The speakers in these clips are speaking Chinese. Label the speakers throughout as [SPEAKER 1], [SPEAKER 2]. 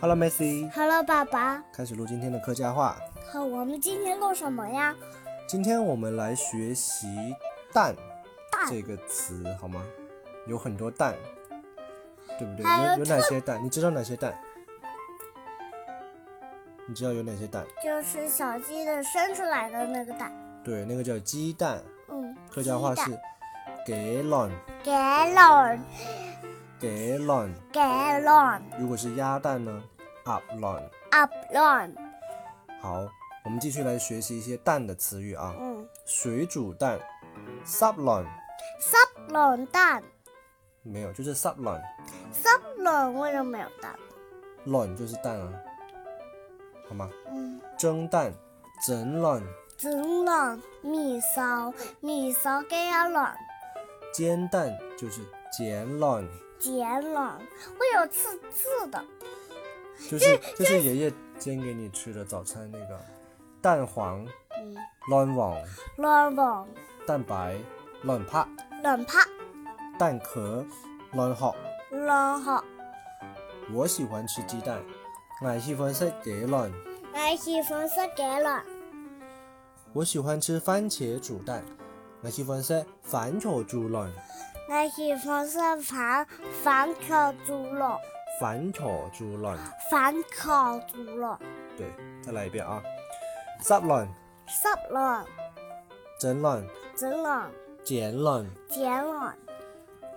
[SPEAKER 1] Hello Messi，
[SPEAKER 2] Hello，爸爸，
[SPEAKER 1] 开始录今天的客家话。
[SPEAKER 2] 好，我们今天录什么呀？
[SPEAKER 1] 今天我们来学习“蛋”这个词，好吗？有很多蛋，对不对？
[SPEAKER 2] 还有
[SPEAKER 1] 有有哪些蛋？你知道哪些蛋？你知道有哪些蛋？
[SPEAKER 2] 就是小鸡的生出来的那个蛋。
[SPEAKER 1] 对，那个叫鸡蛋，
[SPEAKER 2] 嗯，
[SPEAKER 1] 客家话是给卵，
[SPEAKER 2] 给卵，
[SPEAKER 1] 给卵。
[SPEAKER 2] 给卵
[SPEAKER 1] 如果是鸭蛋呢？up 卵。
[SPEAKER 2] ，up 卵。
[SPEAKER 1] 好，我们继续来学习一些蛋的词语啊。
[SPEAKER 2] 嗯
[SPEAKER 1] 水煮蛋，sub 卵
[SPEAKER 2] ，sub 卵蛋
[SPEAKER 1] 没有，就是 sub 卵。
[SPEAKER 2] ，sub 卵为什么没有蛋？
[SPEAKER 1] 卵就是蛋啊，好吗？
[SPEAKER 2] 嗯，
[SPEAKER 1] 蒸蛋，整卵；
[SPEAKER 2] 蒸卵，米烧，米烧给啊卵，
[SPEAKER 1] 煎蛋就是减卵，
[SPEAKER 2] 煎卵会有刺刺的。
[SPEAKER 1] 就是就是爷爷煎给你吃的早餐那个蛋黄、
[SPEAKER 2] 嗯，
[SPEAKER 1] 卵黄、
[SPEAKER 2] 卵黄，
[SPEAKER 1] 蛋白、卵泡、
[SPEAKER 2] 卵泡，
[SPEAKER 1] 蛋壳、卵壳。
[SPEAKER 2] 卵好。
[SPEAKER 1] 我喜欢吃鸡蛋，俺喜欢吃给卵。
[SPEAKER 2] 俺喜欢吃给卵，
[SPEAKER 1] 我喜欢吃番茄煮蛋，俺喜欢吃番茄煮卵。
[SPEAKER 2] 俺喜欢吃番番茄猪肉。
[SPEAKER 1] 番茄煮卵，
[SPEAKER 2] 反烤猪肉、
[SPEAKER 1] 对，再来一遍啊。十卵、
[SPEAKER 2] 湿卵、
[SPEAKER 1] 整卵、
[SPEAKER 2] 蒸卵、
[SPEAKER 1] 减卵、
[SPEAKER 2] 煎卵、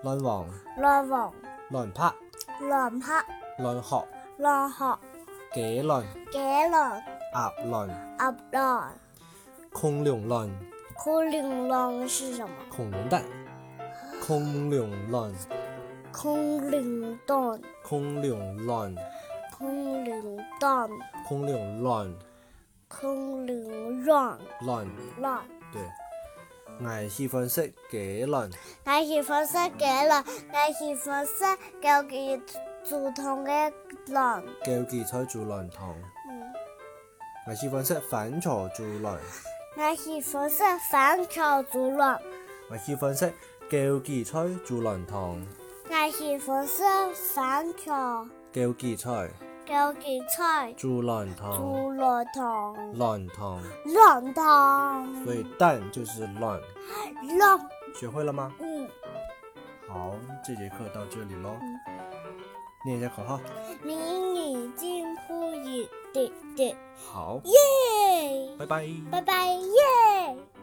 [SPEAKER 1] 卵黄、
[SPEAKER 2] 卵黄、
[SPEAKER 1] 卵泡、
[SPEAKER 2] 卵泡、
[SPEAKER 1] 卵壳、
[SPEAKER 2] 卵壳、
[SPEAKER 1] 鸡卵、
[SPEAKER 2] 鸡卵、
[SPEAKER 1] 鸭卵、
[SPEAKER 2] 鸭卵、
[SPEAKER 1] 恐龙卵、
[SPEAKER 2] 恐龙卵是什么？
[SPEAKER 1] 恐龙蛋、恐龙卵、
[SPEAKER 2] 恐龙蛋、
[SPEAKER 1] 恐龙卵、
[SPEAKER 2] 恐龙蛋、
[SPEAKER 1] 恐龙卵
[SPEAKER 2] 恐龙卵
[SPEAKER 1] 卵，
[SPEAKER 2] 卵。
[SPEAKER 1] 对。我喜欢食鸡卵，
[SPEAKER 2] 俺喜欢吃鸡卵，俺喜欢吃高级竹筒的卵。
[SPEAKER 1] 枸杞菜煮卵汤。
[SPEAKER 2] 嗯，
[SPEAKER 1] 我喜欢食番茄煮卵，
[SPEAKER 2] 俺喜欢吃反烤猪卵。
[SPEAKER 1] 我喜欢食枸杞菜煮卵汤。
[SPEAKER 2] 俺喜欢吃反烤。
[SPEAKER 1] 枸杞菜
[SPEAKER 2] 枸杞菜、
[SPEAKER 1] 煮卵汤，
[SPEAKER 2] 猪肉汤、
[SPEAKER 1] 卵汤。
[SPEAKER 2] 卵汤、
[SPEAKER 1] 所以蛋就是卵，
[SPEAKER 2] 肉
[SPEAKER 1] 学会了吗？
[SPEAKER 2] 嗯，
[SPEAKER 1] 好，这节课到这里喽。念一下口号。
[SPEAKER 2] 迷你金库一点点，
[SPEAKER 1] 好，
[SPEAKER 2] 耶！
[SPEAKER 1] 拜拜。
[SPEAKER 2] 拜拜，耶！